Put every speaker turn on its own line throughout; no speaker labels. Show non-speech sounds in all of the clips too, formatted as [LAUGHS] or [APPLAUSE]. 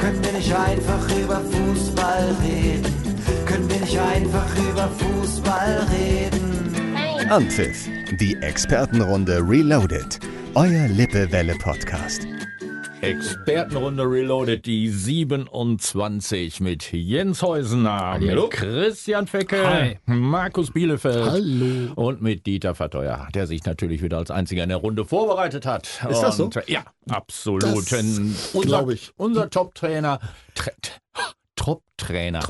Können wir nicht einfach über Fußball reden? Können wir nicht einfach über Fußball reden?
Anpfiff, die Expertenrunde Reloaded, euer Lippe-Welle-Podcast.
Expertenrunde Reloaded, die 27 mit Jens Heusener, mit Christian Fecke,
Hi.
Markus Bielefeld
Hallo.
und mit Dieter Verteuer, der sich natürlich wieder als einziger in der Runde vorbereitet hat. Ist
das so?
Ja, absolut.
Das
Denn unser,
glaub ich. Hm.
unser Top-Trainer, Tre- Top-Trainer.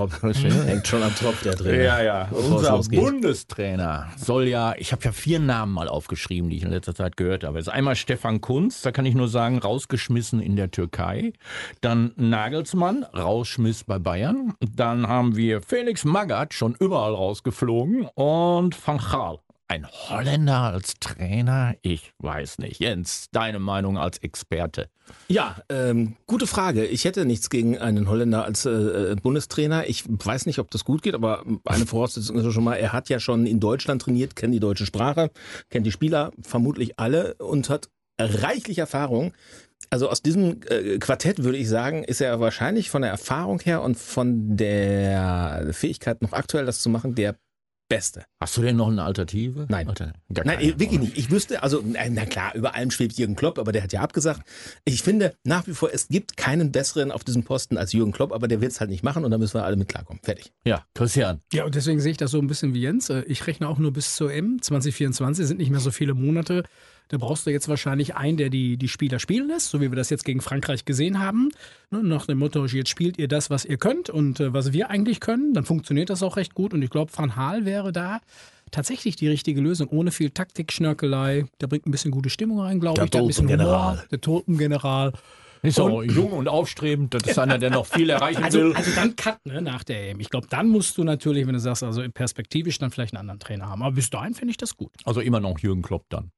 Hängt schon am Tropf der drin.
Ja, ja.
Bevor es
Unser
losgeht.
Bundestrainer soll ja, ich habe ja vier Namen mal aufgeschrieben, die ich in letzter Zeit gehört habe. Es ist einmal Stefan Kunz, da kann ich nur sagen, rausgeschmissen in der Türkei. Dann Nagelsmann, rausschmiss bei Bayern. Dann haben wir Felix Magath, schon überall rausgeflogen. Und Van Gaal. Ein Holländer als Trainer? Ich weiß nicht. Jens, deine Meinung als Experte.
Ja, ähm, gute Frage. Ich hätte nichts gegen einen Holländer als äh, Bundestrainer. Ich weiß nicht, ob das gut geht, aber eine Voraussetzung ist schon mal, er hat ja schon in Deutschland trainiert, kennt die deutsche Sprache, kennt die Spieler, vermutlich alle und hat reichlich Erfahrung. Also aus diesem äh, Quartett würde ich sagen, ist er wahrscheinlich von der Erfahrung her und von der Fähigkeit noch aktuell das zu machen, der Beste.
Hast du denn noch eine Alternative?
Nein.
Alter, gar
Nein,
keine,
eh, wirklich
oder?
nicht. Ich wüsste, also, na na klar, über allem schwebt Jürgen Klopp, aber der hat ja abgesagt. Ich finde nach wie vor, es gibt keinen besseren auf diesem Posten als Jürgen Klopp, aber der wird es halt nicht machen und da müssen wir alle mit klarkommen. Fertig.
Ja, Christian.
Ja, und deswegen sehe ich das so ein bisschen wie Jens. Äh, Ich rechne auch nur bis zur M. 2024 sind nicht mehr so viele Monate. Da brauchst du jetzt wahrscheinlich einen, der die, die Spieler spielen lässt, so wie wir das jetzt gegen Frankreich gesehen haben. Ne, nach dem Motto, jetzt spielt ihr das, was ihr könnt und äh, was wir eigentlich können. Dann funktioniert das auch recht gut. Und ich glaube, Van Haal wäre da tatsächlich die richtige Lösung. Ohne viel Taktik-Schnörkelei. Der bringt ein bisschen gute Stimmung rein, glaube
Der
ich. Der hat ein bisschen
Tulpengeneral.
Humor. Der Tulpengeneral.
Ist auch jung und aufstrebend. Das ist einer, der noch viel erreichen
Also,
will.
also dann Cut ne, nach der EM. Ich glaube, dann musst du natürlich, wenn du sagst, also perspektivisch dann vielleicht einen anderen Trainer haben. Aber bis dahin finde ich das gut.
Also immer noch Jürgen Klopp dann.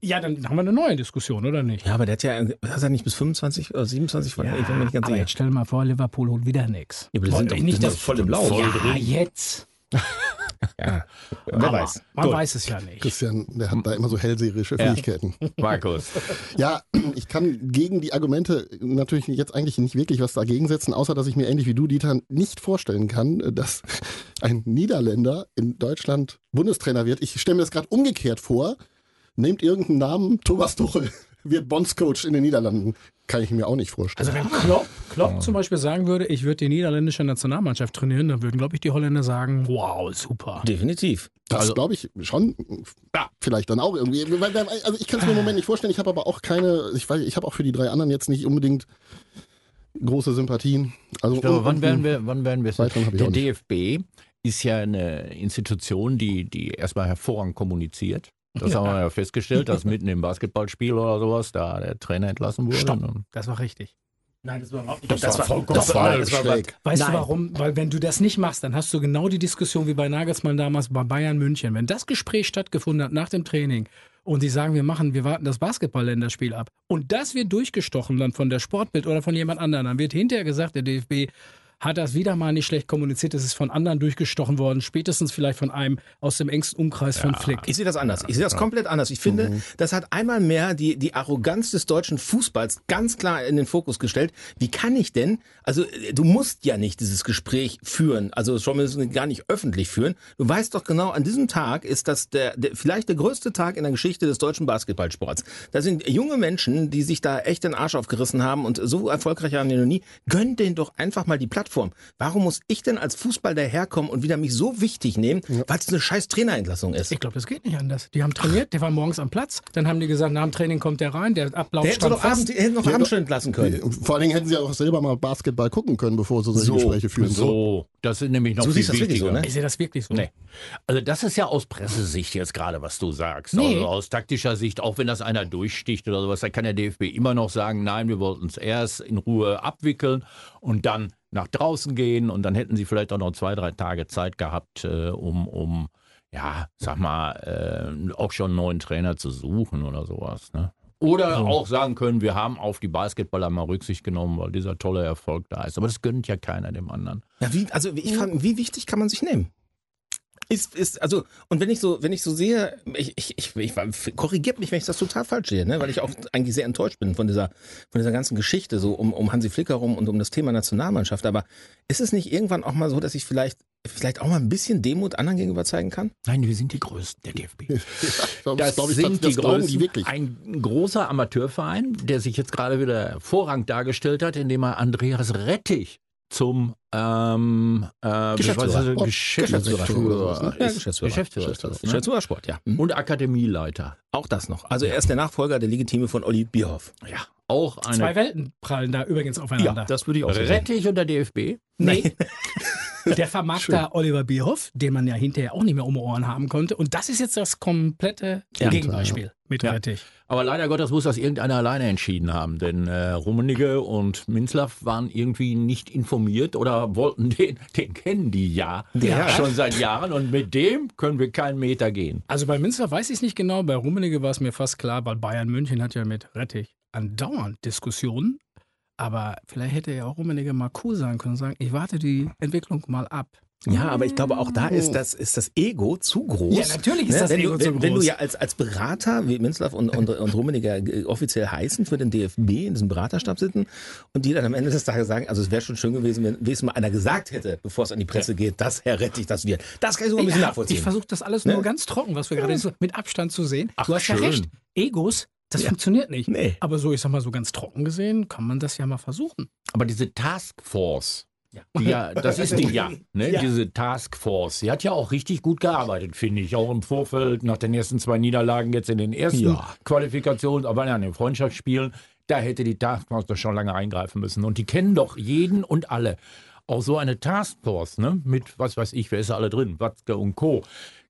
Ja, dann haben wir eine neue Diskussion, oder nicht?
Ja, aber der hat ja, hat er nicht bis 25 oder 27? ich bin mir nicht ganz
aber
sicher.
jetzt stell dir mal vor, Liverpool holt wieder nichts.
Ja, aber die sind doch- die sind doch voll im Lauf.
Ja,
Voll drin.
jetzt.
Ja. Wer
Aber
weiß.
Man
Gut.
weiß es ja nicht.
Christian, der hat da immer so hellseherische
Ja.
Fähigkeiten.
Markus.
Ja, ich kann gegen die Argumente natürlich jetzt eigentlich nicht wirklich was dagegen setzen, außer dass ich mir ähnlich wie du, Dieter, nicht vorstellen kann, dass ein Niederländer in Deutschland Bundestrainer wird. Ich stelle mir das gerade umgekehrt vor. Nehmt irgendeinen Namen, Thomas Tuchel wird Bondscoach in den Niederlanden. Kann ich mir auch nicht vorstellen.
Also wenn Klopp, Klopp zum Beispiel sagen würde, ich würde die niederländische Nationalmannschaft trainieren, dann würden, glaube ich, die Holländer sagen, wow, super.
Definitiv.
Das
Also
glaube ich schon. Vielleicht dann auch irgendwie. Weil- weil- Also ich kann es mir im Moment nicht vorstellen. Ich habe aber auch keine. Ich weiß, ich habe auch für die drei anderen jetzt nicht unbedingt große Sympathien. Also
Ich glaube,
und-
wann
und-
werden wir, wann werden wir
Weiteren hab ich
Der
auch
DFB ist ja eine Institution, die, die erstmal hervorragend kommuniziert. Das haben wir ja festgestellt, dass mitten im Basketballspiel oder sowas da der Trainer entlassen wurde. Und-
Das war richtig. Oh, Nein, das war überhaupt nicht.
Das war vollkommen
das war schräg.
Weißt du warum? Weil wenn du das nicht machst, dann hast du genau die Diskussion wie bei Nagelsmann damals bei Bayern München. Wenn das Gespräch stattgefunden hat nach dem Training und die sagen, wir machen, wir warten das Basketball-Länderspiel ab und das wird durchgestochen dann von der Sportbild oder von jemand anderem, dann wird hinterher gesagt, der DFB hat das wieder mal nicht schlecht kommuniziert, es ist von anderen durchgestochen worden, spätestens vielleicht von einem aus dem engsten Umkreis von Flick.
Ich sehe das anders. Ich sehe das komplett anders. Ich finde, das hat einmal mehr die, die Arroganz des deutschen Fußballs ganz klar in den Fokus gestellt. Wie kann ich denn, also äh, du musst ja nicht dieses Gespräch führen, also schon mal gar nicht öffentlich führen. Du weißt doch genau, an diesem Tag ist das der, der vielleicht der größte Tag in der Geschichte des deutschen Basketballsports. Da sind junge Menschen, die sich da echt den Arsch aufgerissen haben und so erfolgreich waren die noch nie. Gönn denen doch einfach mal die Plattform. Warum muss ich denn als Fußball daherkommen und wieder mich so wichtig nehmen, weil es eine scheiß Trainerentlassung ist?
Ich glaube, das geht nicht anders. Die haben trainiert, der war morgens am Platz, dann haben die gesagt, nach dem Training kommt der rein, der Ablauf
Der hätte
stand
doch
fest.
Abend, der hätte noch
Ja,
Abendschnitt lassen können.
Und Vor allen Dingen hätten sie auch selber mal Basketball gucken können, bevor sie solche Gespräche führen.
so, das ist nämlich noch
Du
viel
siehst das wirklich
wichtiger.
so, ne?
Ich sehe das wirklich so.
Nee. Also das ist ja aus Pressesicht jetzt gerade, was du sagst.
Nee.
Also aus taktischer Sicht, auch wenn das einer durchsticht oder sowas, dann kann der DFB immer noch sagen, nein, wir wollten es erst in Ruhe abwickeln und dann nach draußen gehen und dann hätten sie vielleicht auch noch zwei, drei Tage Zeit gehabt, äh, um, um, ja, sag mal, äh, auch schon einen neuen Trainer zu suchen oder sowas. Ne? Oder auch sagen können, wir haben auf die Basketballer mal Rücksicht genommen, weil dieser tolle Erfolg da ist. Aber das gönnt ja keiner dem anderen.
Mhm. Ja, wie, also ich frage, wie wichtig kann man sich nehmen? Ist, ist, also, und wenn ich so, wenn ich so sehe, ich, ich, ich, ich korrigiert mich, wenn ich das total falsch sehe, ne? weil ich auch eigentlich sehr enttäuscht bin von dieser, von dieser ganzen Geschichte, so um, um Hansi Flick herum und um das Thema Nationalmannschaft. Aber ist es nicht irgendwann auch mal so, dass ich vielleicht, vielleicht auch mal ein bisschen Demut anderen gegenüber zeigen kann?
Nein, wir sind die Größten, der DFB.
Ich glaub,
Das,
glaub ich,
sind
[LAUGHS] das
die
glauben
Größten.
die wirklich.
Ein großer Amateurverein, der sich jetzt gerade wieder hervorragend dargestellt hat, indem er Andreas Rettich zum ähm, äh,
Geschäftsführer.
was ist das? Oh,
Oh,
Geschäftsführer,
Geschäftsführer oder sowas, ne?
ist. Geschäftsführer. ist das, ne?
Geschäftsführer Sport, ja. Mhm.
Und Akademieleiter.
Auch das noch. Also er ist der Nachfolger der Legitime von Olli Bierhoff.
Ja, auch
Zwei
eine.
Welten prallen da übrigens aufeinander.
das würde ich auch so sehen.
Rettich und der DFB.
nee. [LAUGHS] Der Vermarkter Oliver Bierhoff, den man ja hinterher auch nicht mehr um die Ohren haben konnte. Und das ist jetzt das komplette Gegenbeispiel mit
Ja.
Rettich.
Aber leider Gottes muss das irgendeiner alleine entschieden haben, denn äh, Rummenigge und Minzlaff waren irgendwie nicht informiert oder wollten [LAUGHS] den, den kennen die ja,
Ja.
schon seit Jahren und mit dem können wir keinen Meter gehen.
Also bei Münster weiß ich es nicht genau, bei Rummenigge war es mir fast klar, weil Bayern München hat ja mit Rettich andauernd Diskussionen. Aber vielleicht hätte ja auch Rummenigge mal cool sein können und sagen, ich warte die Entwicklung mal ab.
Ja, aber ich glaube, auch da ist das, ist das Ego zu groß.
Ja, natürlich ist
Ne?
das
wenn
Ego
du,
zu
wenn, Wenn du
groß.
ja als, als Berater, wie Minzlaff und, und, und Rummeniger äh, offiziell heißen, für den DFB in diesem Beraterstab sitzen und die dann am Ende des Tages sagen, also es wäre schon schön gewesen, wenn wenigstens mal einer gesagt hätte, bevor es an die Presse geht, das Herr Rettich, das wir. Das kann ich sogar ein bisschen
Ja, Ich
nachvollziehen.
versuche das alles nur ganz trocken, was wir gerade so mit Abstand zu sehen.
Ach,
du hast
schön.
ja recht. Egos, das funktioniert nicht.
Nee.
Aber so, ich sag mal, so ganz trocken gesehen, kann man das ja mal versuchen.
Aber diese Taskforce, die ja, das ist die ja, ne? diese Taskforce, die hat ja auch richtig gut gearbeitet, finde ich. Auch im Vorfeld, nach den ersten zwei Niederlagen, jetzt in den ersten Qualifikationen, aber ja, in den Freundschaftsspielen, da hätte die Taskforce doch schon lange eingreifen müssen. Und die kennen doch jeden und alle. Auch so eine Taskforce, ne? mit, was weiß ich, wer ist da alle drin, Watzke und Co.,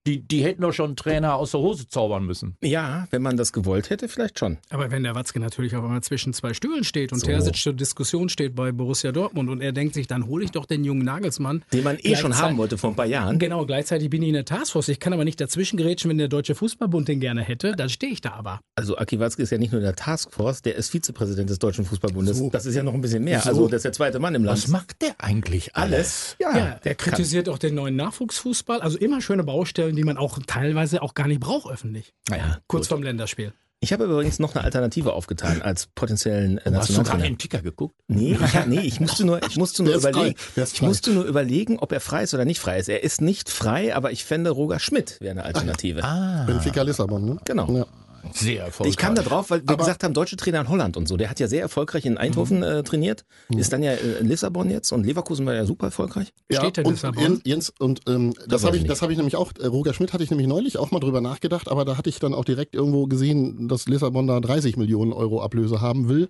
die, die hätten doch schon einen Trainer aus der Hose zaubern müssen.
Ja, wenn man das gewollt hätte, vielleicht schon.
Aber wenn der Watzke natürlich auf einmal zwischen zwei Stühlen steht und Terzic zur Diskussion steht bei Borussia Dortmund und er denkt sich, dann hole ich doch den jungen Nagelsmann.
Den man eh schon
Gleichzei-
haben wollte vor ein paar Jahren.
Genau, gleichzeitig bin ich in der Taskforce. Ich kann aber nicht dazwischen gerätschen, wenn der Deutsche Fußballbund den gerne hätte. Dann stehe ich da aber.
Also Aki Watzke ist ja nicht nur in der Taskforce, der ist Vizepräsident des Deutschen Fußballbundes. Das ist ja noch ein bisschen mehr. Also das ist der zweite Mann im Land.
Was macht der eigentlich alles?
Ja,
Ja, der kritisiert auch den neuen Nachwuchsfußball. Also immer schöne Baustellen, die man auch teilweise auch gar nicht braucht öffentlich.
Naja,
Kurz vorm Länderspiel.
Ich habe übrigens noch eine Alternative aufgetan als potenziellen äh,
Hast du gerade
Nationaltrainer.
den Ticker geguckt?
Nee, ich, nee, ich musste nur, ich musste nur
Der ist frei.
überlegen,
Der ist
ich
frei.
musste nur überlegen, ob er frei ist oder nicht frei ist. Er ist nicht frei, aber ich fände Roger Schmidt wäre eine Alternative.
Ah.
Benfica Lissabon, ne?
Genau.
Ah. Ja.
Sehr erfolgreich.
Ich kam da drauf, weil wir gesagt haben, deutsche Trainer in Holland und so. Der hat ja sehr erfolgreich in
Mhm.
Eindhoven äh, trainiert, ist dann ja äh, in Lissabon jetzt und Leverkusen war ja super erfolgreich.
Steht der
und
Lissabon?
Jens, Jens und ähm, das
weiß
habe
ich
ich,
nicht.
das habe ich nämlich auch. Äh, Roger Schmidt hatte ich nämlich neulich auch mal drüber nachgedacht, aber da hatte ich dann auch direkt irgendwo gesehen, dass Lissabon da 30 Millionen Euro Ablöse haben will.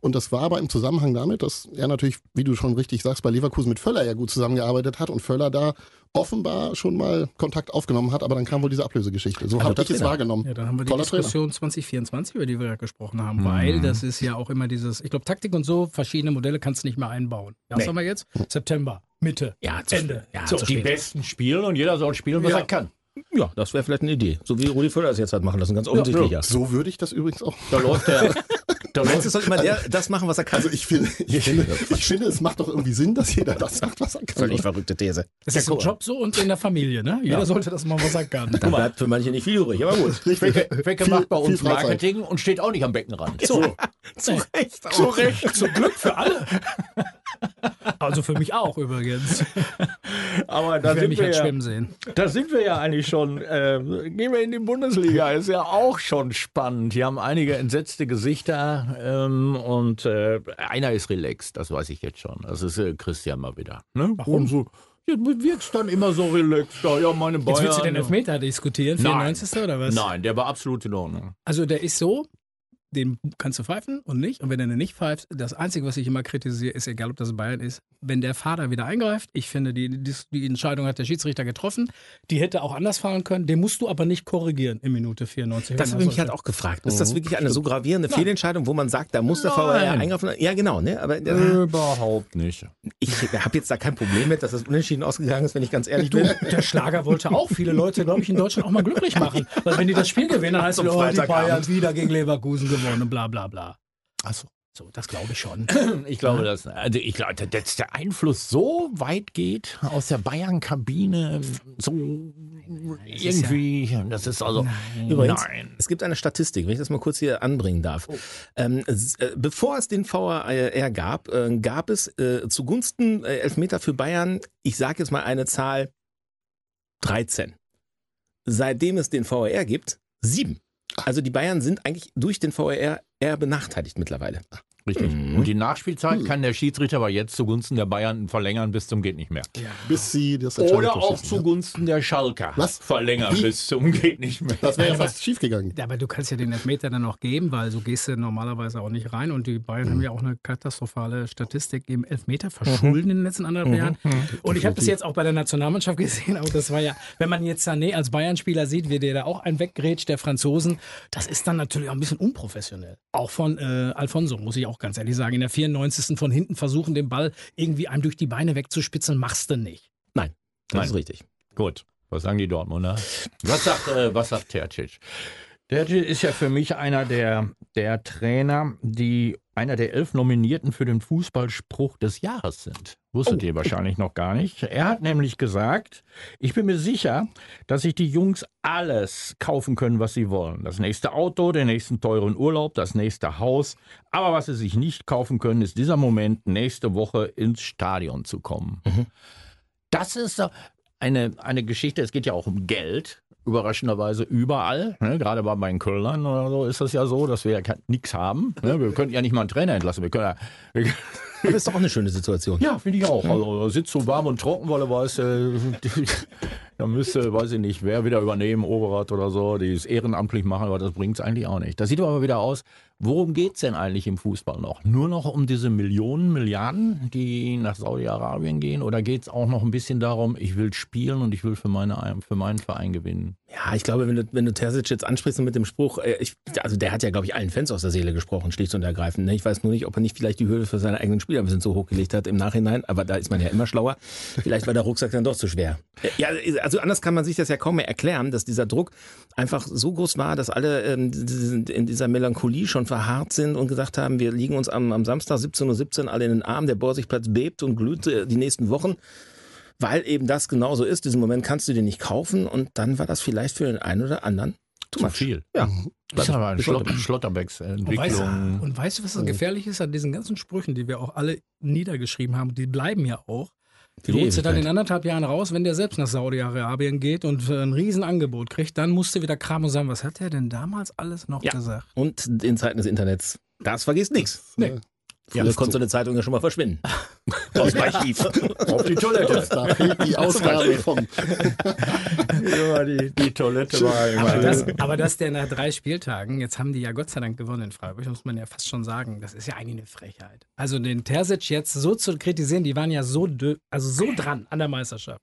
Und das war aber im Zusammenhang damit, dass er natürlich, wie du schon richtig sagst, bei Leverkusen mit Völler ja gut zusammengearbeitet hat und Völler da offenbar schon mal Kontakt aufgenommen hat, aber dann kam wohl diese Ablösegeschichte. So habe
guter
ich es
Trainer.
wahrgenommen.
Ja, dann haben wir die
Toller Trainer.
Diskussion 2024, über die wir gerade gesprochen
Mhm.
haben, weil das ist ja auch immer dieses, ich glaube, Taktik und so, verschiedene Modelle kannst du nicht mehr einbauen. Ja, Was haben wir jetzt? September, Mitte,
Ja, zu
Ende.
spät. Ja,
Ah, So,
zu
die
spät.
besten spielen und jeder soll spielen, was er kann.
Ja, das wäre vielleicht eine Idee. So wie Rudi Völler es jetzt hat machen lassen, ganz offensichtlich. Ja,
So würde ich das übrigens auch. [LAUGHS]
Da läuft der.
[LAUGHS]
Da
Meinst
läuft
du, soll immer der das machen, was er kann?
Also ich finde, ich finde, ich finde, es macht doch irgendwie Sinn, dass jeder das macht, was er kann.
Völlig verrückte These.
Das ist im Job so und in der Familie, ne? Jeder sollte das mal was er kann.
[LAUGHS] Da bleibt für manche nicht viel übrig, aber gut.
Wecke, Wecke
Viel-
macht bei
viel
uns
Freizeit.
Marketing und steht auch nicht am Beckenrand.
So,
Zu Recht.
Zu Recht.
zum Glück für alle. Also für mich auch übrigens.
Aber da
Ich werde
sind,
mich
wir
halt
ja,
schwimmen sehen.
da sind wir ja eigentlich schon. ähm, gehen wir in die Bundesliga, ist ja auch schon spannend. Hier haben einige entsetzte Gesichter ähm, und äh, einer ist relaxed, das weiß ich jetzt schon. Das ist äh, Christian mal wieder. Ne? Warum? So, ja, du wirkst dann immer so relaxed. Ja, Ja, meine Bayern.
Jetzt willst du den Elfmeter diskutieren, 94. oder was?
Nein, der war absolut in Ordnung.
Also der ist so, den kannst du pfeifen und nicht. Und wenn du den nicht pfeifst, das Einzige, was ich immer kritisiere, ist, egal ob das Bayern ist, wenn der Vater wieder eingreift, ich finde, die, die, die Entscheidung hat der Schiedsrichter getroffen, die hätte auch anders fahren können, den musst du aber nicht korrigieren in Minute 94.
Das
Wenn
habe ich
das
mich halt
so-
auch gefragt. Mhm. Ist das wirklich eine so gravierende Fehlentscheidung, wo man sagt, da muss der
Nein.
VAR eingreifen? Ja, genau, ne? Aber äh,
Überhaupt nicht.
ich habe jetzt da kein Problem mit, dass das unentschieden ausgegangen ist, wenn ich ganz ehrlich [LAUGHS] bin.
Der Schlager wollte auch viele Leute, glaube ich, in Deutschland auch mal glücklich machen. Weil wenn die
[LAUGHS]
das Spiel gewinnen, dann heißt es,
Zum
oh, die
Freitagabend.
Bayern wieder gegen Leverkusen gewonnen und bla bla bla.
Achso.
So, das glaube ich schon.
Ich glaube, dass, also ich glaube, dass der Einfluss so weit geht aus der Bayern-Kabine, so irgendwie, das ist also,
Übrigens,
nein.
es gibt eine Statistik, wenn ich das mal kurz hier anbringen darf. Ähm, s- äh, bevor es den VAR gab, äh, gab es äh, zugunsten äh, Elfmeter für Bayern, ich sage jetzt mal eine Zahl, 13. Seitdem es den VAR gibt, 7. Also die Bayern sind eigentlich durch den VAR eher benachteiligt mittlerweile.
Richtig. Und die Nachspielzeit kann der Schiedsrichter aber jetzt zugunsten der Bayern verlängern bis zum geht nicht mehr.
bis sie das
Oder
entscheidende Tor
auch
schießen, ja.
zugunsten der Schalker
Was?
verlängern
Wie?
bis zum geht nicht mehr.
Das wäre ja fast schiefgegangen.
Ja, aber du kannst ja den Elfmeter dann auch geben, weil so gehst du normalerweise auch nicht rein. Und die Bayern haben ja auch eine katastrophale Statistik im Elfmeter verschulden in den letzten anderthalb Jahren. Und ich habe das jetzt auch bei der Nationalmannschaft gesehen. Aber das war ja, wenn man jetzt Sané als Bayern-Spieler sieht, wie der da auch ein weggrätscht der Franzosen, das ist dann natürlich auch ein bisschen unprofessionell. Auch von äh, Alfonso, muss ich auch ganz ehrlich sagen. In der 94. von hinten versuchen, den Ball irgendwie einem durch die Beine wegzuspitzen, machst du nicht.
Das
Nein.
ist richtig.
Gut, was sagen die Dortmunder? Was sagt, äh, was sagt Terzic? Terzic ist ja für mich einer der, der Trainer, die einer der elf Nominierten für den Fußballspruch des Jahres sind. Wusstet ihr wahrscheinlich noch gar nicht. Er hat nämlich gesagt, ich bin mir sicher, dass sich die Jungs alles kaufen können, was sie wollen. Das nächste Auto, den nächsten teuren Urlaub, das nächste Haus. Aber was sie sich nicht kaufen können, ist dieser Moment, nächste Woche ins Stadion zu kommen. Das ist doch eine, eine Geschichte, es geht ja auch um Geld, überraschenderweise überall. Ne? Gerade bei meinen Kölnern oder so ist das ja so, dass wir ja nichts haben. Ne? Wir könnten ja nicht mal einen Trainer entlassen. Wir können ja, wir können-
Aber ist doch auch eine schöne Situation.
ja, finde ich auch. Also sitzt so warm und trocken, weil er weiß, äh, [LAUGHS] die- da müsste, weiß ich nicht, wer wieder übernehmen, Oberrat oder so, die es ehrenamtlich machen, aber das bringt es eigentlich auch nicht. Das sieht aber wieder aus, worum geht es denn eigentlich im Fußball noch? Nur noch um diese Millionen, Milliarden, die nach Saudi-Arabien gehen? Oder geht es auch noch ein bisschen darum, ich will spielen und ich will für, meine, für meinen Verein gewinnen?
Ja, ich glaube, wenn du, wenn du Terzic jetzt ansprichst und mit dem Spruch, äh, ich, also der hat ja, glaube ich, allen Fans aus der Seele gesprochen, schlicht und ergreifend. Ne? Ich weiß nur nicht, ob er nicht vielleicht die Höhe für seine eigenen Spieler ein bisschen zu hoch gelegt hat im Nachhinein, aber da ist man ja immer schlauer. Vielleicht war der Rucksack dann doch zu schwer. Äh, Ja, also anders kann man sich das ja kaum mehr erklären, dass dieser Druck einfach so groß war, dass alle ähm, diesen- in dieser Melancholie schon verharrt sind und gesagt haben, wir liegen uns am, am Samstag 17.17 Uhr alle in den Armen, der Borsigplatz bebt und glüht äh, die nächsten Wochen weil eben das genauso ist. Diesen Moment kannst du dir nicht kaufen und dann war das vielleicht für den einen oder anderen too
Zu
much.
viel. Mhm.
Ja.
Das ist aber ein
Schlott-
Schlott, Schlotterbecks
Und weißt,
Entwicklung.
und weißt du, was das gefährlich ist an diesen ganzen Sprüchen, die wir auch alle niedergeschrieben haben, die bleiben ja auch. Die holst du dann in anderthalb Jahren raus, wenn der selbst nach Saudi-Arabien geht und äh, ein Riesenangebot kriegt, dann musst du wieder kramen und sagen, was hat er denn damals alles noch
Ja.
gesagt?
Und in Zeiten des Internets, das vergisst nichts.
Nee.
Früher konnte so eine Zeitung ja schon
[LAUGHS]
mal verschwinden. Aus dem Archiv.
Auf die Toilette.
[LAUGHS]
Da fehlt die Ausgabe vom.
die, die Toilette [LAUGHS] war immer.
Aber das, aber dass der nach drei Spieltagen, jetzt haben die ja Gott sei Dank gewonnen in Freiburg, muss man ja fast schon sagen, das ist ja eigentlich eine Frechheit. Also den Terzic jetzt so zu kritisieren, die waren ja so, dö- also so dran an der Meisterschaft.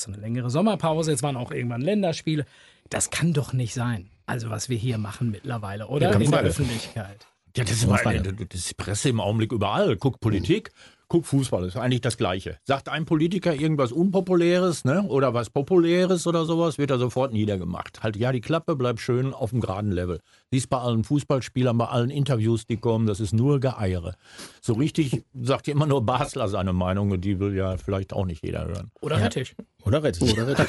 So eine längere Sommerpause, jetzt waren auch irgendwann Länderspiele. Das kann doch nicht sein. Also was wir hier machen mittlerweile, oder?
Ja, ganz
in der
beide.
Öffentlichkeit.
Ja, das ist,
Und
mal,
Feier.
das ist die Presse im Augenblick überall. Guck Politik, guck Fußball, das ist eigentlich das Gleiche. Sagt ein Politiker irgendwas Unpopuläres ne? oder was Populäres oder sowas, wird er sofort niedergemacht. Halt ja die Klappe, bleib schön auf dem geraden Level. Siehst bei allen Fußballspielern, bei allen Interviews, die kommen, das ist nur Geeiere. So richtig sagt immer nur Basler seine Meinung und die will ja vielleicht auch nicht jeder hören.
Oder Rettich.
Oder Rettich.
Oder Rettich.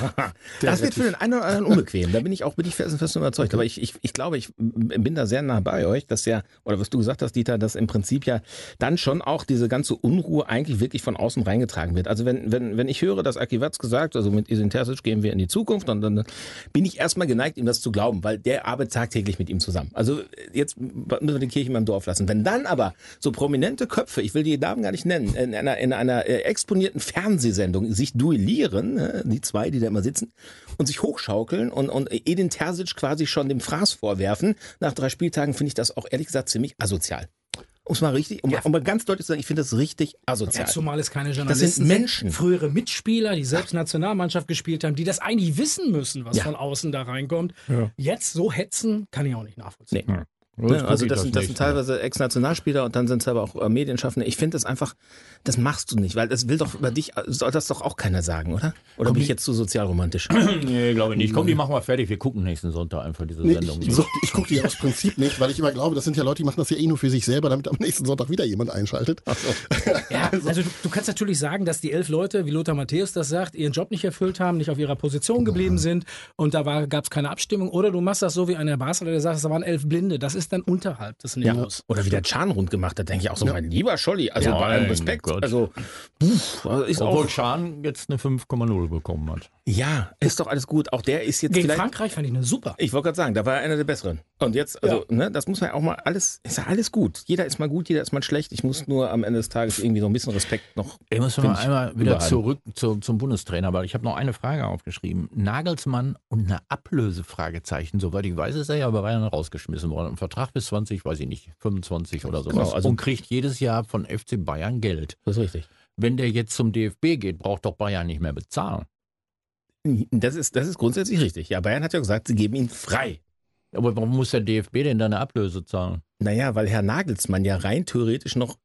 das wird für den einen oder anderen unbequem. Da bin ich auch bin ich fest, fest überzeugt. Aber ich, ich, ich glaube, ich bin da sehr nah bei euch, dass ja, oder was du gesagt hast, Dieter, dass im Prinzip ja dann schon auch diese ganze Unruhe eigentlich wirklich von außen reingetragen wird. Also wenn, wenn, wenn ich höre, dass Aki Watz gesagt, also mit Isin Terzic gehen wir in die Zukunft, dann, dann bin ich erstmal geneigt, ihm das zu glauben, weil der arbeitet tagtäglich mit ihm zusammen. Also jetzt müssen wir die Kirche mal im Dorf lassen. Wenn dann aber so prominente Köpfe, ich will die Namen gar nicht nennen, in einer, in einer äh, exponierten Fernsehsendung sich duellieren, äh, die zwei, die da immer sitzen, und sich hochschaukeln und, und Edin Terzic quasi schon dem Fraß vorwerfen, nach drei Spieltagen finde ich das auch ehrlich gesagt ziemlich asozial. Um es mal richtig, um, um mal ganz deutlich zu sagen, ich finde das richtig asozial.
Zumal es keine
sind
Journalisten
Menschen.
frühere Mitspieler, die selbst Nationalmannschaft gespielt haben, die das eigentlich wissen müssen, was
Ja.
von außen da reinkommt. Jetzt so hetzen, kann ich auch nicht nachvollziehen.
Nee. Ne? Also das, sind- das sind teilweise Ex-Nationalspieler und dann sind es aber auch äh, Medienschaffende. Ich finde das einfach, das machst du nicht, weil das will doch über dich, äh, soll das doch auch keiner sagen, oder? Oder bin ich jetzt zu sozialromantisch?
Nee, glaube ich nicht. Komm, die machen wir fertig. Wir gucken nächsten Sonntag einfach diese
Nee,
Sendung.
ich ich, ich gucke die aus Prinzip nicht, weil ich immer glaube, das sind ja Leute, die machen das ja eh nur für sich selber, damit am nächsten Sonntag wieder jemand einschaltet.
Ja, also du, du kannst natürlich sagen, dass die elf Leute, wie Lothar Matthäus das sagt, ihren Job nicht erfüllt haben, nicht auf ihrer Position geblieben sind und da gab es keine Abstimmung. Oder du machst das so wie einer Basler, der sagt, da waren elf Blinde. Das ist dann unterhalb des Niveaus.
Oder wie der Chan rund gemacht hat, denke ich auch so, mein lieber Scholli, also
Ja,
bei allem
mein
Respekt.
Gott.
Also, pff, ist
Obwohl
auch,
Schan jetzt eine 5,0 bekommen hat.
ja, ist doch alles gut. Auch der ist jetzt
Gegen
vielleicht.
Frankreich fand ich eine super.
Ich wollte gerade sagen, da war er einer der Besseren. Und jetzt, also, ne, das muss man ja auch mal alles, ist ja alles gut. Jeder ist mal gut, jeder ist mal schlecht. Ich muss nur am Ende des Tages irgendwie so ein bisschen Respekt noch.
Ich muss mal
ich
einmal wieder
überall.
zurück zu, zum Bundestrainer, aber ich habe noch eine Frage aufgeschrieben. Nagelsmann und eine Ablösefragezeichen. Soweit ich weiß, ist er ja bei Bayern rausgeschmissen worden. Ein Vertrag bis 20, weiß ich nicht, 25 oder sowas.
Genau, also-
und kriegt jedes Jahr von FC Bayern Geld.
Das ist richtig.
Wenn der jetzt zum DFB geht, braucht doch Bayern nicht mehr bezahlen.
Das ist, das ist grundsätzlich richtig. Ja, Bayern hat ja gesagt, sie geben ihn frei.
Aber warum muss der DFB denn da eine Ablöse zahlen?
Naja, weil Herr Nagelsmann ja rein theoretisch noch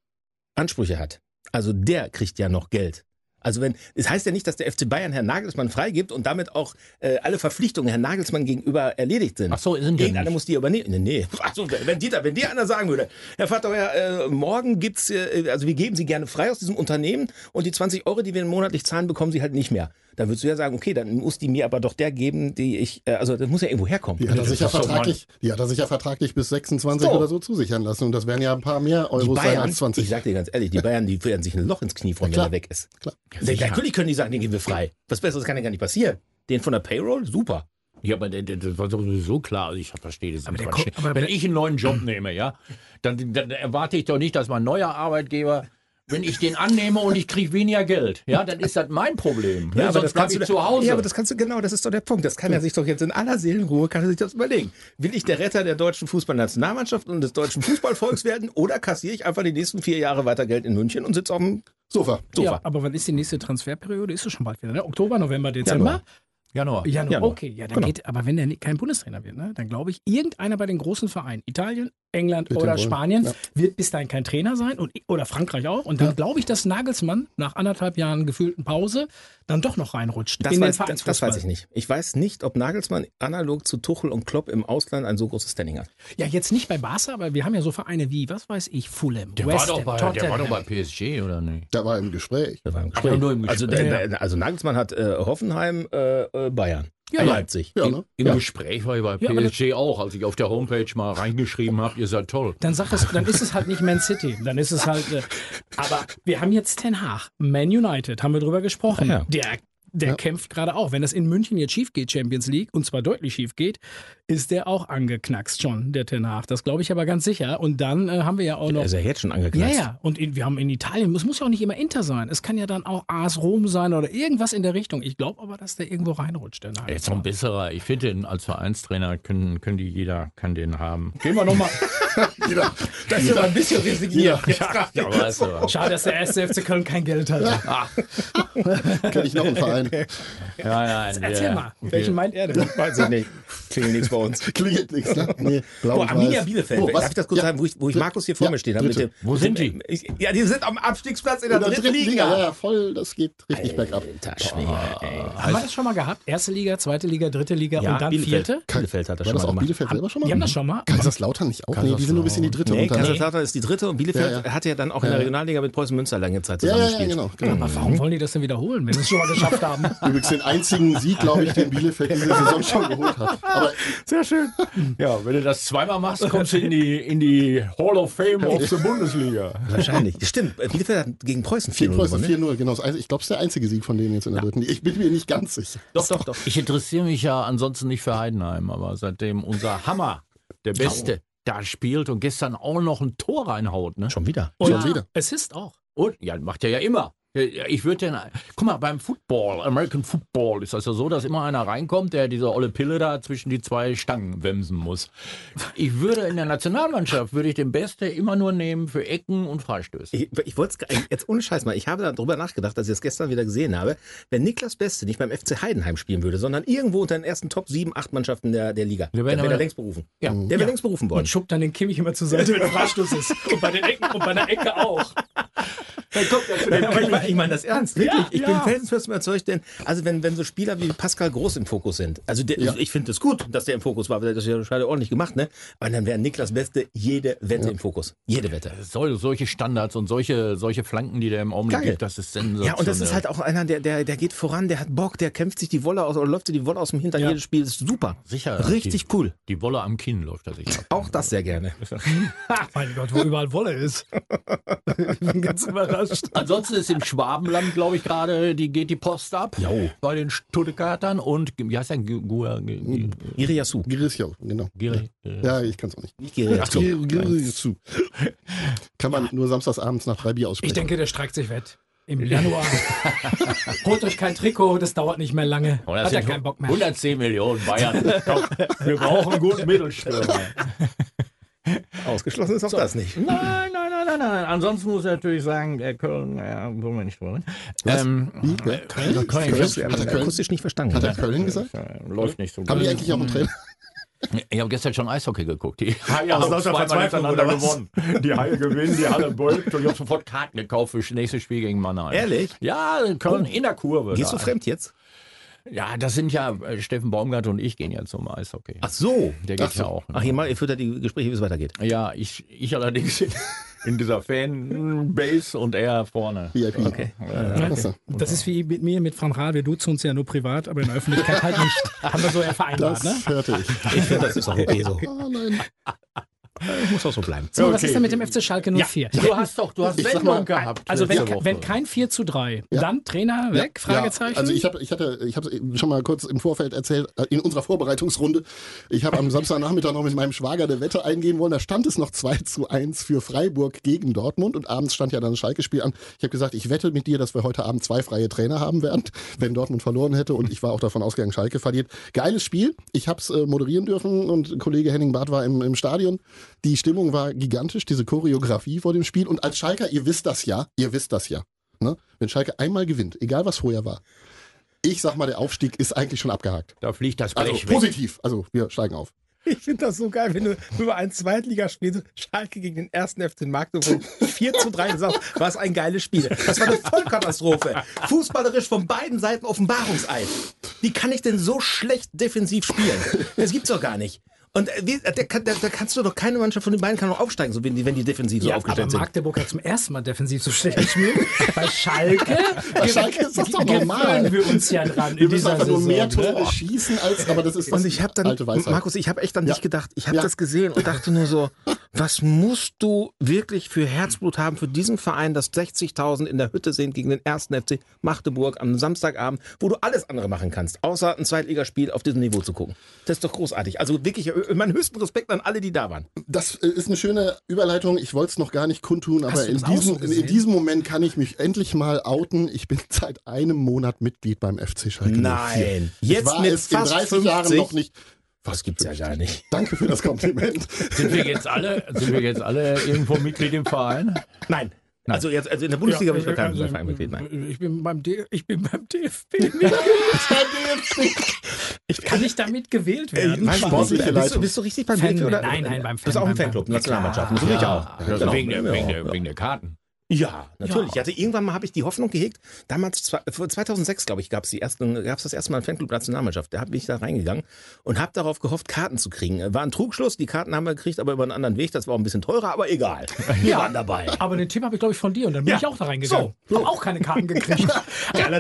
Ansprüche hat. Also der kriegt ja noch Geld. Also wenn, es heißt ja nicht, dass der FC Bayern Herrn Nagelsmann freigibt und damit auch äh, alle Verpflichtungen Herrn Nagelsmann gegenüber erledigt sind.
Ach so, sind die
Irgendeiner
nicht.
muss die übernehmen. Nee, nee. Also, wenn, Dieter, wenn dir einer sagen würde, Herr Vatereuer, äh, morgen gibt's, äh, also wir geben Sie gerne frei aus diesem Unternehmen und die 20 Euro, die wir monatlich zahlen, bekommen Sie halt nicht mehr. Dann würdest du ja sagen, okay, dann muss die mir aber doch der geben, die ich, äh, also das muss ja irgendwo herkommen.
Die hat er sich ja
Das ist doch
vertraglich, die hat er sich ja vertraglich bis 26
So.
oder so zusichern lassen. Und das wären ja ein paar mehr
Die
Euro sein
Bayern,
als 20.
ich sag dir ganz ehrlich, die Bayern, die werden sich ein Loch ins Knie freuen, wenn
klar.
er weg ist.
Klar.
Denn Natürlich können die sagen, den geben wir frei. Was Besseres kann ja gar nicht passieren. Den von der Payroll, super.
Ja, aber der- der- das war sowieso klar. Also ich verstehe das nicht.
der
Quatsch.
Ko- aber-
wenn ich einen neuen Job nehme, ja, dann, dann erwarte ich doch nicht, dass mein neuer Arbeitgeber, wenn ich den annehme und ich kriege weniger Geld, ja, dann ist das mein Problem. ne? Sonst bleib ich zu Hause.
Ja, aber das kannst du, genau, das ist doch der Punkt. Das kann er sich doch jetzt in aller Seelenruhe, kann er sich das überlegen. Will ich der Retter der deutschen Fußballnationalmannschaft und des deutschen Fußballvolks [LAUGHS] werden oder kassiere ich einfach die nächsten vier Jahre weiter Geld in München und sitze auf dem
Sofa.
Sofa?
Ja, aber wann ist die nächste Transferperiode? Ist es schon bald wieder, ne? Oktober, November, Dezember?
Januar.
Januar.
Januar.
Okay, ja,
Genau.
dann geht, aber wenn der ni- kein Bundestrainer wird, ne, dann glaube ich, irgendeiner bei den großen Vereinen, Italien, England
Wird
oder
er wohl.
Spanien,
Ja.
wird bis dahin kein Trainer sein und, oder Frankreich auch. Und dann glaube ich, dass Nagelsmann nach anderthalb Jahren gefühlten Pause dann doch noch reinrutscht.
Das
in
weiß,
den
das, das weiß ich nicht. Ich weiß nicht, ob Nagelsmann analog zu Tuchel und Klopp im Ausland ein so großes Standing hat.
Ja, jetzt nicht bei Barca, aber wir haben ja so Vereine wie, was weiß ich, Fulham,
der, war
West
doch
Ham,
bei, der war doch
Tottenham.
bei PSG, oder nicht?
Da war im Gespräch.
Das war im
Ach, nur im Gespräch.
Also, der, der, also Nagelsmann hat äh, Hoffenheim, äh, äh, Bayern,
Ja, ja.
Leipzig.
Ja, ne?
Im Gespräch war ich bei
Ja, aber
PSG auch, als ich auf der Homepage mal reingeschrieben habe, ihr seid toll.
Dann sag es, dann ist es halt nicht Man City, dann ist es halt. Äh, aber wir haben jetzt Ten Hag, Man United, haben wir drüber gesprochen.
Ja.
Der, der
Ja.
kämpft gerade auch. Wenn das in München jetzt schief geht, Champions League, und zwar deutlich schief geht, ist der auch angeknackst schon, der Ten Hag. Das glaube ich aber ganz sicher. Und dann äh, haben wir ja auch
Er
noch.
ist ja jetzt schon
Ja,
angeknallt.
ja. Und in, wir haben in Italien, es muss ja auch nicht immer Inter sein. Es kann ja dann auch AS Rom sein oder irgendwas in der Richtung. Ich glaube aber, dass der irgendwo reinrutscht. Der Nagelsmann.
Er ist noch ein besserer. Ich finde, ihn als Vereinstrainer können, können die jeder kann den haben. Gehen wir
[LAUGHS]
nochmal.
Genau. Das ist aber ein bisschen resigniert.
ja, weißt du was.
Schade, dass der erste FC Köln kein Geld hat.
Kenne ich noch einen Verein.
[LAUGHS]
Ja, nein,
Erzähl
der-
mal, welchen meint er denn?
Weiß ich nicht. Klingelt nichts bei uns.
Klingelt nichts, ne? Nee, blau
Boah,
und
Arminia
weiß.
Bielefeld.
Oh, was?
Darf ich das kurz
Ja.
sagen, wo ich, wo ich Markus hier vor
Ja,
mir stehen habe? Mit
dritte.
dem,
Wo
mit
sind
dem,
die?
Ich, ja, die sind am Abstiegsplatz in
In
der, dritten, Liga.
Ja, ja, voll, das geht richtig bergab.
Alter Schwede, ey.
Haben wir das schon mal gehabt? Erste Liga, zweite Liga, dritte Liga
Ja,
und dann
Bielefeld.
vierte?
Bielefeld hat das
War
schon
das
mal
auch
gemacht.
Bielefeld selber schon mal?
Die haben das schon mal.
Kaiserslautern nicht auch? Nee, die sind nur bis in die dritte
Nee,
runter. ne?
Kaiserslautern ist die dritte und Bielefeld
Ja, ja.
hat ja dann auch in der Regionalliga mit Preußen Münster lange Zeit
Ja, ja,
zusammengespielt. Mhm.
ja, genau. genau.
Aber warum wollen die das denn wiederholen, wenn sie es schon mal geschafft haben?
Übrigens den einzigen Sieg, glaube ich, den Bielefeld diese Saison schon geholt hat. Aber
Sehr schön. Ja, wenn du das zweimal machst, kommst du in die, in die Hall of [LAUGHS] Fame of the Bundesliga.
Wahrscheinlich. Stimmt, Bielefeld hat gegen Preußen 4
gegen Preußen
gewonnen. ne?
4-0, genau. Das einzige- Ich glaube, es ist der einzige Sieg von denen jetzt in der dritten. Ich bin mir nicht ganz sicher.
Doch, doch, doch.
Ich interessiere mich ja ansonsten nicht für Heidenheim, aber seitdem unser Hammer, der Beste, da spielt und gestern auch noch ein Tor reinhaut. Ne?
Schon wieder.
Und
wieder.
Es ist auch.
Und ja, macht er ja immer. Äh, Ich würde den. Guck mal, beim Football, American Football, ist das ja so, dass immer einer reinkommt, der diese olle Pille da zwischen die zwei Stangen wemsen muss. Ich würde in der Nationalmannschaft, würde ich den Beste immer nur nehmen für Ecken und Freistöße.
Ich, ich wollte es jetzt ohne Scheiß mal, ich habe darüber nachgedacht, als ich das gestern wieder gesehen habe, wenn Niklas Beste nicht beim FC Heidenheim spielen würde, sondern irgendwo unter den ersten Top 7, 8 Mannschaften der, der Liga,
Der
der
wäre
wäre
aber-
er längst berufen.
Ja.
Der wäre längst berufen worden.
Und schubt dann den Kimmich immer zur Seite, wenn der Fahrstuhl ist. [LAUGHS] Und bei den Ecken und bei der Ecke auch.
Aber ich meine [LAUGHS] ich meine das ernst, wirklich. ich bin
ja.
felsenfest überzeugt, denn also wenn, wenn so Spieler wie Pascal Groß im Fokus sind, also der, ich finde es das gut, dass der im Fokus war, weil das ist ja schade ordentlich gemacht, ne? Aber dann wäre Niklas Beste jede Wette im Fokus. Jede Wette.
Soll, solche Standards und solche, solche Flanken, die der im Augenblick
Geil.
gibt, das ist sensationell.
Ja, und das ist halt auch einer, der, der, der geht voran, der hat Bock, der kämpft sich die Wolle aus oder läuft sich die Wolle aus dem Hintern. Jedes Spiel ist super.
Sicher.
Richtig cool.
Die Wolle am Kinn läuft da sicher.
Auch das sehr gerne.
[LAUGHS] Mein Gott, wo überall Wolle ist. Ich
[LAUGHS]
bin ganz überrascht.
Ansonsten ist im Schwabenland, glaube ich, gerade, die geht die Post ab.
Jo.
Bei den Stuttgartern und, wie heißt der? Gu- Gua- Gu-
Iriasu.
Girisio, genau.
Giri-
Ja, ich kann es auch nicht.
Nicht Iriasu.
Girisio. [LAUGHS] Kann man nur samstags abends nach drei Bier aussprechen.
Ich denke, der streikt sich wett. Im Januar. Holt euch kein Trikot, das dauert nicht mehr lange.
Oh, das
Hat er
sind
keinen Bock mehr.
110 Millionen Bayern. [LAUGHS] Komm, Wir brauchen einen guten Mittelstürmer.
Ausgeschlossen ist auch das nicht.
Nein, nein, nein, nein, nein. Ansonsten muss ich natürlich sagen, der Köln, ja, wollen wir nicht drüber reden. Ähm,
Wie? Wer?
Köln, Köln,
Das
Hat
hat
er
er
Köln-
akustisch nicht verstanden. ne?
Hat er Köln gesagt?
äh, läuft nicht so
Haben die
gut.
eigentlich auch einen Trainer?
Ich habe gestern schon Eishockey geguckt. Die Haie haben
Aus lauter
zweimal
Verzweiflung,
hintereinander
oder was?
gewonnen. Die Haie gewinnen, die Halle beugt. Und ich habe sofort Karten gekauft für das nächste Spiel gegen Mannheim.
Ehrlich?
Ja, Köln in der Kurve.
Gehst du
da.
fremd jetzt?
Ja, das sind ja, äh, Steffen Baumgart und ich gehen ja zum Eishockey.
Ach so.
Der geht
ach so.
ja auch.
Ach, hier mal, ihr führt ja die Gespräche, wie es weitergeht.
Ja, ich, ich allerdings in, in dieser Fanbase und er vorne.
VIP. Okay. Klasse.
Das ist wie mit mir, mit Fran Rahl. Wir duzen uns ja nur privat, aber in der Öffentlichkeit halt nicht. Haben wir so ja vereinbart, ne?
Das hörte ich.
Ich finde, [LAUGHS] das ist auch okay so.
Ah, nein.
Muss auch so bleiben.
So, was ist denn mit dem FC Schalke 04?
Du hast doch, du hast
Ich sag
Sendung
mal,
gehabt.
Also wenn,
letzte Woche.
wenn kein 4 zu 3, dann Trainer weg? Fragezeichen?
Ja, also ich habe ich hatte ich habe schon mal kurz im Vorfeld erzählt äh, in unserer Vorbereitungsrunde. Ich habe am Samstagnachmittag noch mit meinem Schwager eine Wette eingehen wollen. Da stand es noch 2 zu 1 für Freiburg gegen Dortmund und abends stand ja dann ein Schalke-Spiel an. Ich habe gesagt, ich wette mit dir, dass wir heute Abend zwei freie Trainer haben werden, [LAUGHS] wenn Dortmund verloren hätte und ich war auch davon ausgegangen, Schalke verliert. Geiles Spiel. Ich habe es äh, moderieren dürfen und Kollege Henning Barth war im, im Stadion. Die Stimmung war gigantisch, diese Choreografie vor dem Spiel und als Schalker, ihr wisst das ja, ihr wisst das ja. Ne? Wenn Schalke einmal gewinnt, egal was vorher war, ich sag mal, der Aufstieg ist eigentlich schon abgehakt.
da fliegt das
Also
Blech weg.
positiv. Also wir steigen auf.
Ich finde das so geil, wenn du über ein Zweitligaspiel Schalke gegen den ersten FC Magdeburg 4 zu 3 sagst, war es ein geiles Spiel. Das war eine Vollkatastrophe. Fußballerisch von beiden Seiten Offenbarungseid. Wie kann ich denn so schlecht defensiv spielen? Das gibt's doch gar nicht. Und äh, wie, da, kann- da, da kannst du doch keine Mannschaft von den beiden kann doch aufsteigen, so wenn die, wenn die defensiv so
Ja, aber
aufgestellt sind.
Magdeburg hat zum ersten Mal defensiv so schlecht gespielt. Bei Schalke,
Bei Schalke ist das doch normal.
gewöhnen wir uns ja dran
Wir
in
müssen
dieser
einfach
Saison.
nur mehr
ne?
Tore schießen als, aber das ist
Und ich habe dann,
alte Weisheit.
Markus, ich habe echt an
Ja.
dich gedacht. Ich habe
Ja.
das gesehen und dachte nur so, was musst du wirklich für Herzblut haben für diesen Verein, dass 60.000 in der Hütte sind gegen den ersten FC Magdeburg am Samstagabend, wo du alles andere machen kannst, außer ein Zweitligaspiel auf diesem Niveau zu gucken. Das ist doch großartig. Also wirklich, äh, meinen höchsten Respekt an alle, die da waren.
Das äh, ist eine schöne Überleitung. Ich wollte es noch gar nicht kundtun, aber
du
in
das auch so
diesem,
gesehen?
in diesem Moment kann ich mich endlich mal outen. Ich bin [LAUGHS] seit einem Monat Mitglied beim FC Schalke. 04.
Nein.
Ich
Jetzt
war
mit
es
fast
in 30 Jahren
50.
noch nicht.
Was gibt's ja gar nicht.
Danke für das Kompliment.
Sind wir jetzt alle, sind wir jetzt alle irgendwo Mitglied im Verein?
Nein. Also jetzt, also in der Bundesliga bin ich noch kein Verein Mitglied. Nein.
Ich bin beim, D ich bin beim DFB. Ich kann nicht damit gewählt
Äh,
werden.
weiß nicht. sportliche
bist, du,
Leitung.
bist du richtig beim
Fan-
Mitglied oder?
nein, nein, beim Fan-
Bist auch im
beim-
Fanclub,
beim-
Nationalmannschaft.
Ja.
Natürlich auch.
Also
Genau.
wegen, der,
Ja.
wegen, der, wegen der Karten.
Ja, natürlich. Ich hatte irgendwann mal habe ich die Hoffnung gehegt. Damals zwei- vor 2006, glaube ich, gab es die ersten gab's das erste Mal einen Fanclub Nationalmannschaft. Da habe ich da reingegangen und habe darauf gehofft, Karten zu kriegen. War ein Trugschluss. Die Karten haben wir gekriegt, aber über einen anderen Weg. Das war auch ein bisschen teurer, aber
[LAUGHS]
egal. Wir waren dabei.
Aber den Tipp habe ich, glaube ich, von dir und dann bin
Ja.
ich auch da reingegangen.
So.
Hab auch keine Karten gekriegt.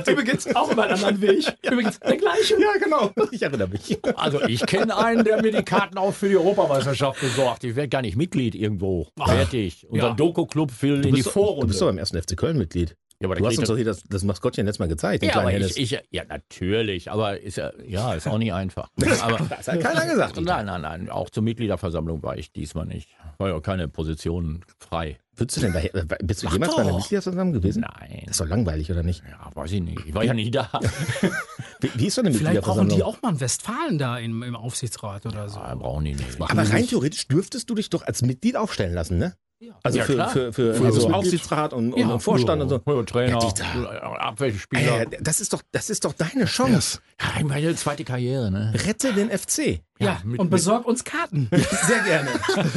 Übrigens auch über einen anderen Weg. Übrigens der gleiche.
Ja, genau. Ich erinnere mich.
Also ich kenne einen, der mir die Karten auch für die Europameisterschaft besorgt. Ich werde gar nicht Mitglied irgendwo. Fertig. Unser
Ja.
Doku-Club will in die
Du
Vorrunde.
bist doch beim ersten FC Köln Mitglied.
Ja, aber da
Du hast
kriegt
uns
er-
doch hier das, das Maskottchen letztes Mal gezeigt, den
ja,
kleinen
aber
Hennes.
ich, ich, ja, natürlich, aber ist ja, ja, ist auch nicht einfach. Aber,
das hat keiner
[LAUGHS]
gesagt.
nein, nein, nein, auch zur Mitgliederversammlung war ich diesmal nicht. War ja keine Position frei.
Würdest du denn bei, bist du jemals bei einer
doch.
Mitgliederversammlung gewesen?
Nein.
Das ist doch langweilig, oder nicht?
Ja, weiß ich nicht. Ich war ja nicht da.
Wie, wie ist so eine
Vielleicht brauchen
Mitgliederversammlung?
die auch mal einen Westfalen da im, im Aufsichtsrat oder so.
Ah, brauchen die nicht.
Aber rein theoretisch dürftest du dich doch als Mitglied aufstellen lassen, ne? Also
Ja,
für,
klar.
für, für, also
Für Mitglied.
Aufsichtsrat und, und,
Ja.
und Vorstand und so.
Ja, Trainer,
Ja, Dieter. Äh,
Abwehrspieler.
Ey, das ist doch, das ist doch deine Chance.
Ja, ich meine, zweite Karriere, ne?
Rette den FC.
ja,
mit-
und besorg uns Karten.
Sehr gerne.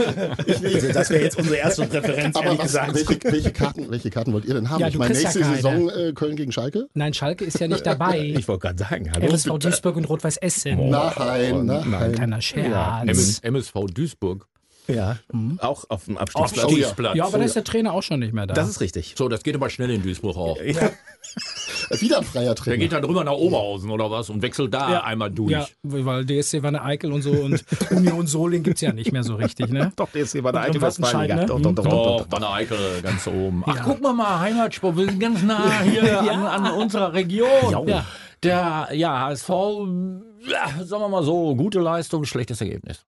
also das wäre jetzt unsere erste Präferenz,
Aber
ehrlich
was,
gesagt.
welche, welche, Karten, welche Karten wollt ihr denn haben?
Ja,
ich
du
meine,
kriegst
nächste
ja keine.
Saison äh, Köln gegen Schalke?
Nein, Schalke
[LAUGHS]
ist ja nicht dabei.
Ich äh, wollte gerade sagen, hallo.
LSV Duisburg und Rot-Weiß Essen.
Nein, nein.
Kleiner Scherz.
MS, MSV Duisburg.
Ja, auch auf dem Abstiegsplatz.
Ja, aber da ist der Trainer auch schon nicht mehr da.
Das ist richtig.
So, das geht aber schnell in Duisburg auch.
Wieder ein
Der
freier
geht
Trainer.
dann drüber nach Oberhausen oder was und wechselt da einmal durch.
ja, weil DSC war eine Eikel und
[LAUGHS]
so und Union Soling gibt es ja nicht mehr so richtig, ne?
Doch, der ist hier bei der
Und
alten
Wattenscheid,
Westfalia.
ne?
Doch, doch, doch, doch,
Doch,
doch.
bei der Eickel ganz oben. Ach, guck mal mal, Heimatsport, wir sind ganz nah hier an, an unserer Region. Ja. Der ja, HSV, ja, sagen wir mal so, gute Leistung, schlechtes Ergebnis.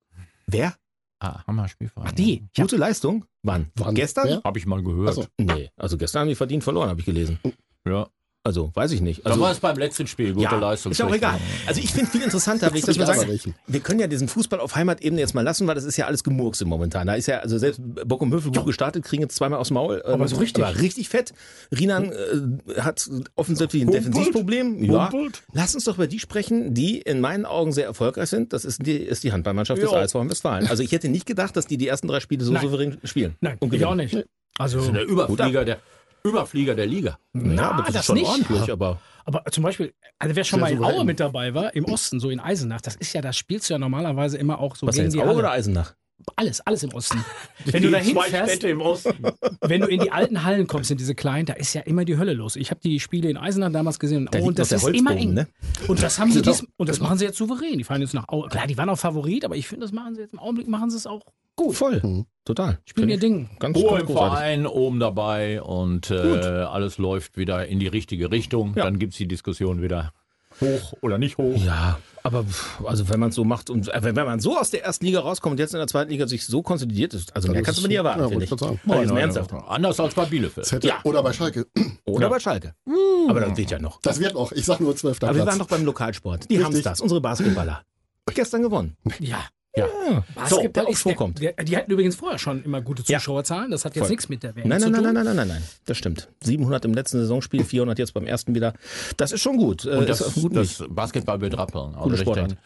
Wer?
Ah, Hammer-Spielverein. Ach,
Die.
Gute Leistung? Wann?
Wann?
Gestern?
Wer?
Habe ich mal gehört.
Ach so.
Nee, also gestern haben die verdient verloren, habe ich gelesen.
Ja.
Also, weiß ich nicht.
Das
Also,
war es beim letzten Spiel, gute Leistung.
Ist ja auch
schlechte
egal. Also ich finde viel interessanter, wenn ich das mal
Egal
sagen.
welchen.
Wir können ja diesen Fußball auf Heimatebene jetzt mal lassen, weil das ist ja alles Gemurkse momentan. Da ist ja, also selbst Bock und Höfel gut gestartet, kriegen jetzt zweimal aufs Maul. ähm,
Aber so richtig.
Aber richtig fett. Rinan äh, hat offensichtlich ein Defensivproblem. Ja.
Humpelt.
Lass uns doch über die sprechen, die in meinen Augen sehr erfolgreich sind. Das ist die, ist die Handballmannschaft des
Jo.
ASV Westfalen. Also ich hätte nicht gedacht, dass die die ersten drei Spiele so
Nein.
souverän spielen.
Nein,
und
ich auch
gewinnen.
nicht. Also,
Der Überflieger der, Überflieger der Liga.
Ja, aber
Ah,
das,
das
ist schon
nicht.
ordentlich, aber
aber zum Beispiel, also wer schon
Sehr
mal in
souverän.
Aue mit dabei war, im Osten, so in Eisenach, das ist ja, das spielst du ja normalerweise immer auch so
was denn
gegen
jetzt
die
Aue
Halle.
oder Eisenach?
Alles, alles
[LAUGHS]
im Osten. Wenn du da hinfährst,
im Osten.
wenn du in die alten Hallen kommst, in diese kleinen, da ist ja immer die Hölle los. Ich habe die Spiele in Eisenach damals gesehen und,
Da
oh,
liegt
und
noch
das
der
ist immer
Holzboden,
eng.
ne?
Und das haben sie
Genau.
dies, und das machen sie jetzt souverän. Die fahren jetzt nach Aue. Klar, die waren auch Favorit, aber ich finde, das machen sie jetzt im Augenblick machen sie es auch gut.
Voll. Mhm. Total.
Spielen
Finde
ihr
ich
Ding.
Ganz,
Ruhe
ganz
im
großartig.
Verein, oben dabei und äh, alles läuft wieder in die richtige Richtung.
Ja.
Dann gibt es die Diskussion wieder hoch oder nicht hoch.
Ja, aber pff, also wenn man so macht und äh, wenn wenn man so aus der ersten Liga rauskommt und jetzt in der zweiten Liga sich so konsolidiert ist, also mehr
das
kannst du
ist-
von dir erwarten,
ja,
finde
wollte
ich.
ich grad sagen.
Also, jetzt mal ernsthaft.
Anders als bei Bielefeld.
Hätte-
Ja.
Oder bei Schalke.
Oder bei Schalke. Aber das geht ja noch.
Das wird noch. Ich sag nur 12.
Aber wir waren
Platz.
doch beim Lokalsport. Die haben das, unsere Basketballer. Gestern gewonnen.
Ja.
Ja.
Basketball
der
ist der,
Aufschwung kommt.
Der, die hatten übrigens vorher schon immer gute
Ja.
Zuschauerzahlen. Das hat jetzt
Voll.
nichts mit der WM
Nein,
zu
nein, nein,
tun.
nein, nein, nein, nein, nein. Das stimmt. 700 im letzten Saisonspiel, 400 jetzt beim ersten wieder. Das ist schon gut. Äh,
Und das,
ist auf einem guten Weg.
das Basketball wird rappeln. Also,
Gute
ich
Sportart.
denke,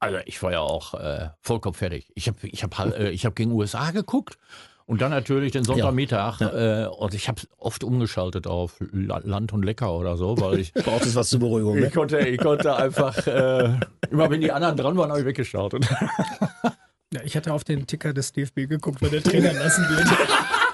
also ich war ja auch äh, vollkommen fertig. Ich habe ich hab, halt, äh, ich hab gegen USA geguckt und dann natürlich den Sonntagmittag. Äh, und ich habe oft umgeschaltet auf La Land und Lecker oder so, weil ich,
braucht es was zur Beruhigung.
[LAUGHS]
Ne?
ich, konnte, ich konnte einfach, äh, immer wenn die anderen dran waren, habe ich weggeschaut. Und
Ja, ich hatte auf den Ticker des DFB geguckt, weil der Trainer lassen wird.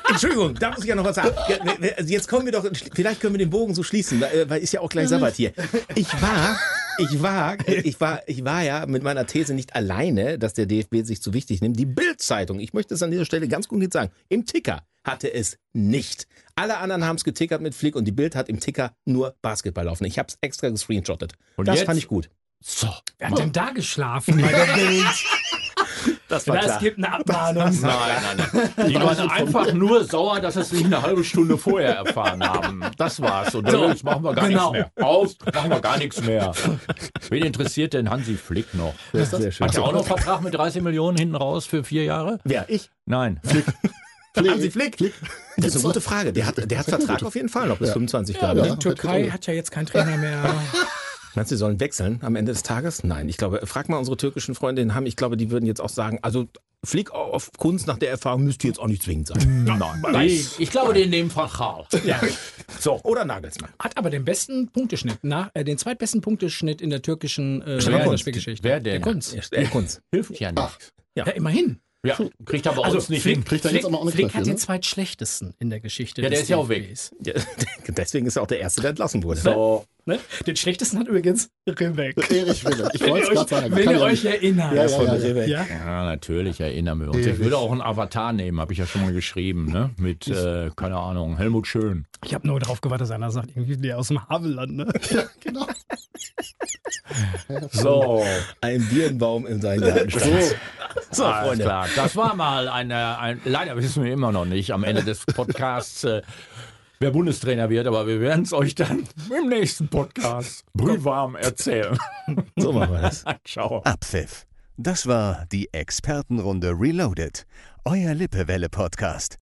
Entschuldigung, da muss ich ja noch was sagen. Ja, ne, also Jetzt kommen wir doch, vielleicht können wir den Bogen so schließen, weil weil ist ja auch gleich Sabbat hier. Ich war, ich war, ich war, ich war ja mit meiner These nicht alleine, dass der DFB sich zu wichtig nimmt. Die Bild-Zeitung, ich möchte es an dieser Stelle ganz konkret sagen, im Ticker hatte es nicht. Alle anderen haben es getickert mit Flick und die Bild hat im Ticker nur Basketball laufen. Ich habe es extra gescreenshottet.
Und
das
jetzt?
fand ich gut.
so,
Wer hat denn da geschlafen bei der Bild?
Das
Das gibt eine Abmahnung.
Nein, nein, nein. [LAUGHS] Die [LAUGHS] waren einfach nur sauer, dass sie es nicht eine halbe Stunde vorher erfahren haben. Das war's. Und so, jetzt machen wir gar
genau.
nichts mehr. Aus, machen wir gar nichts mehr. Wen interessiert denn Hansi Flick noch?
Sehr schön.
Hat er auch noch einen Vertrag mit 30 Millionen hinten raus für vier Jahre?
Wer? Ich?
Nein.
Hansi Flick? Das ist eine gute Frage. Der hat, der hat Vertrag auf jeden Fall noch bis 25, glaube ich. ne?
Ja,
Türkei hat ja jetzt keinen Trainer mehr.
Meinst du, sie sollen wechseln am Ende des Tages? Nein, ich glaube, frag mal unsere türkischen Freunde in Hamm. Ich glaube, die würden jetzt auch sagen, also Flick auf Kunst nach der Erfahrung müsste jetzt auch nicht zwingend sein.
Nein. Ich, ich glaube, den nehmen von Karl.
So, oder Nagelsmann.
Hat aber den besten Punkteschnitt, nach, äh, den zweitbesten Punkteschnitt in der türkischen
Stefan
äh,
Kunz.
Länderspielgeschichte.
Wer denn?
Der Kunz.
Ja, äh, Kunst.
Hilft ja nichts.
Ja.
Ja, immerhin. Also
Ja, kriegt aber
Also
uns nicht hin.
Kriegt er jetzt aber auch nichts
Flick
dafür,
hat
ne?
den zweitschlechtesten in der Geschichte.
Ja, der
[LAUGHS]
des
ist ja auch weg.
DFBs.
Ja, deswegen ist er auch der Erste, der entlassen wurde.
So,
Ne? Den schlechtesten hat übrigens Rimbeck.
Erich Wille. Ich
Wenn
wollte
ihr
es
euch,
gerade sagen.
wenn
Kann
ihr
ja
euch
nicht.
erinnert.
Ja, ja, ja, ja.
Rebecca.
Ja?
Ja, natürlich erinnern wir uns. Ich
Ewig.
würde auch einen Avatar nehmen, habe ich ja schon mal geschrieben, ne? Mit, äh, keine Ahnung, Helmut Schön.
Ich habe nur darauf gewartet, dass einer sagt, irgendwie der aus dem Havelland. Ne?
Genau.
So,
Ein Birnbaum in seinem Garten.
So,
so alles
Freunde.
klar. Das war mal eine, ein, leider wissen wir immer noch nicht am Ende des Podcasts, äh, wer Bundestrainer wird, aber wir werden es euch dann im nächsten Podcast brühwarm erzählen. [LAUGHS]
So machen wir das.
Ciao.
Abpfiff. Das war die Expertenrunde Reloaded, euer Lippewelle-Podcast